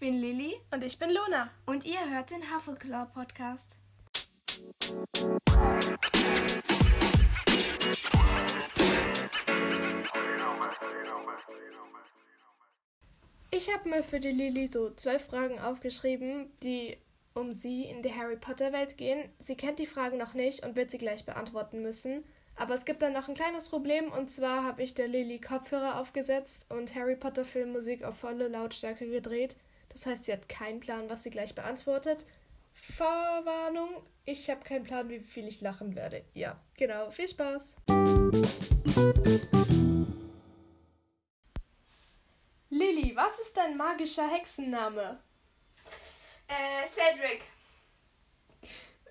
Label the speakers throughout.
Speaker 1: bin Lilly
Speaker 2: Und ich bin Luna.
Speaker 1: und ihr hört den Huffleclaw Podcast.
Speaker 2: Ich habe mir für die Lilly so zwölf Fragen aufgeschrieben, die um sie in die Harry Potter Welt gehen. Sie kennt die Fragen noch nicht und wird sie gleich beantworten müssen. Aber es gibt dann noch ein kleines Problem und zwar habe ich der Lilly Kopfhörer aufgesetzt und Harry Potter Filmmusik auf volle Lautstärke gedreht. Das heißt, sie hat keinen Plan, was sie gleich beantwortet. Vorwarnung, ich habe keinen Plan, wie viel ich lachen werde. Ja, genau. Viel Spaß. Lilly, was ist dein magischer Hexenname?
Speaker 1: Äh, Cedric,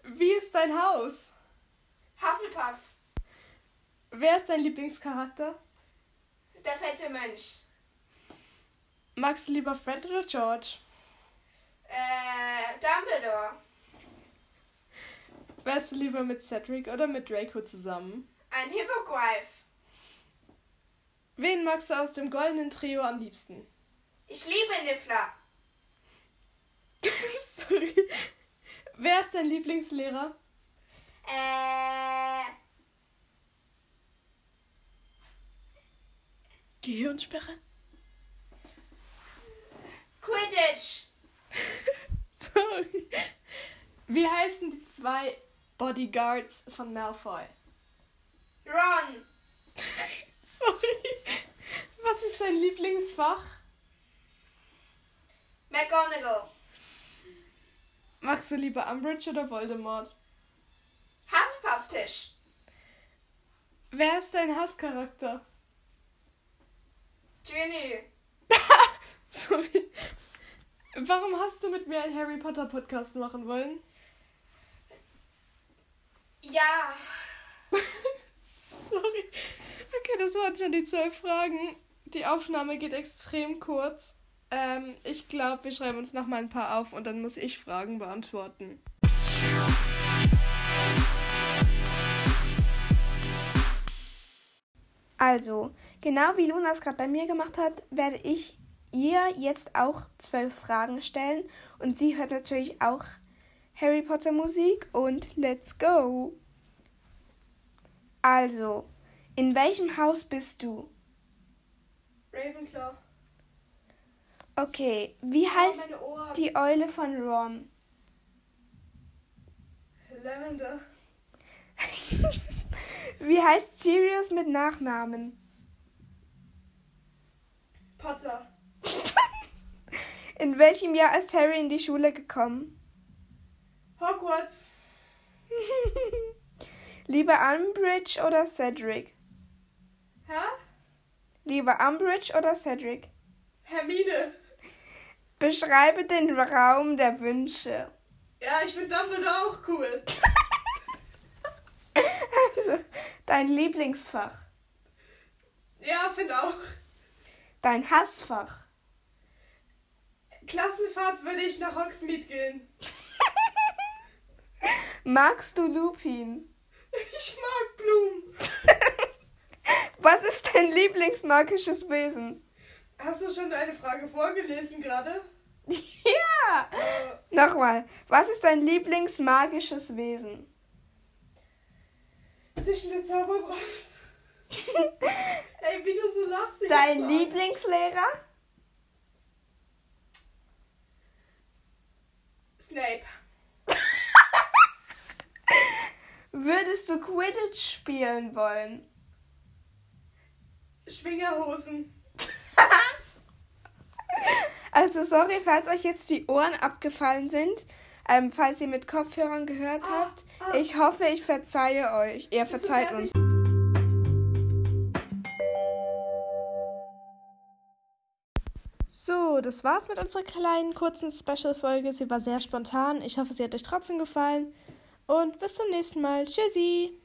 Speaker 2: Wie ist dein Haus?
Speaker 1: Hufflepuff,
Speaker 2: Wer ist dein Lieblingscharakter?
Speaker 1: der fette Mensch.
Speaker 2: Magst du lieber Fred oder George?
Speaker 1: Äh, Dumbledore,
Speaker 2: Wärst du lieber mit Cedric oder mit Draco zusammen?
Speaker 1: ein Hippogreif.
Speaker 2: Wen magst du aus dem goldenen Trio am liebsten?
Speaker 1: Ich liebe Niffler,
Speaker 2: Sorry. Wer ist dein Lieblingslehrer?
Speaker 1: äh,
Speaker 2: Gehirnsperre.
Speaker 1: Quidditch,
Speaker 2: Sorry. Wie heißen die zwei Bodyguards von Malfoy?
Speaker 1: Ron,
Speaker 2: Sorry. Was ist dein Lieblingsfach?
Speaker 1: McGonagall,
Speaker 2: Magst du lieber Umbridge oder Voldemort?
Speaker 1: Hufflepuff-Tisch,
Speaker 2: Wer ist dein Hasscharakter?
Speaker 1: Ginny,
Speaker 2: Sorry. Warum hast du mit mir einen Harry Potter Podcast machen wollen?
Speaker 1: ja,
Speaker 2: Sorry. Okay, das waren schon die zwölf Fragen. Die Aufnahme geht extrem kurz. Ähm, ich glaube, wir schreiben uns noch mal ein paar auf und dann muss ich Fragen beantworten.
Speaker 3: Also, genau wie Luna es gerade bei mir gemacht hat, werde ich ihr jetzt auch zwölf Fragen stellen. Und sie hört natürlich auch Harry Potter Musik und Let's Go. Also, in welchem Haus bist du?
Speaker 2: Ravenclaw. Oh,
Speaker 3: Okay, wie heißt
Speaker 2: meine Ohren.
Speaker 3: die Eule von Ron?
Speaker 2: Lavender.
Speaker 3: Wie heißt Sirius mit Nachnamen?
Speaker 2: Potter.
Speaker 3: In welchem Jahr ist Harry in die Schule gekommen?
Speaker 2: Hogwarts.
Speaker 3: Lieber Umbridge oder Cedric?
Speaker 2: Hä?
Speaker 3: Lieber Umbridge oder Cedric?
Speaker 2: Hermine.
Speaker 3: Beschreibe den Raum der Wünsche.
Speaker 2: Ja, ich finde Dumbledore auch cool.
Speaker 3: Also, dein Lieblingsfach,
Speaker 2: Ja, finde auch.
Speaker 3: dein Hassfach.
Speaker 2: Klassenfahrt würde ich nach Hogsmeade gehen.
Speaker 3: Magst du Lupin?
Speaker 2: Ich mag Blumen.
Speaker 3: Was ist dein Lieblingsmagisches Wesen?
Speaker 2: Hast du schon eine Frage vorgelesen gerade?
Speaker 3: Ja!
Speaker 2: Äh,
Speaker 3: Nochmal, was ist dein Lieblingsmagisches Wesen?
Speaker 2: zwischen den Zauberbrauchs. Ey, wie du so lachst. Ich hab's
Speaker 3: Dein
Speaker 2: Angst.
Speaker 3: Lieblingslehrer?
Speaker 2: Snape.
Speaker 3: Würdest du Quidditch spielen wollen?
Speaker 2: Schwingerhosen.
Speaker 3: Also sorry, falls euch jetzt die Ohren abgefallen sind, ähm, falls ihr mit Kopfhörern gehört
Speaker 2: Ah,
Speaker 3: habt.
Speaker 2: ah.
Speaker 3: Ich hoffe, ich verzeihe euch. Ihr
Speaker 2: Bist du
Speaker 3: verzeiht uns.
Speaker 2: fertig? So, das war's mit unserer kleinen, kurzen Special-Folge. Sie war sehr spontan. Ich hoffe, sie hat euch trotzdem gefallen. Und bis zum nächsten Mal. Tschüssi!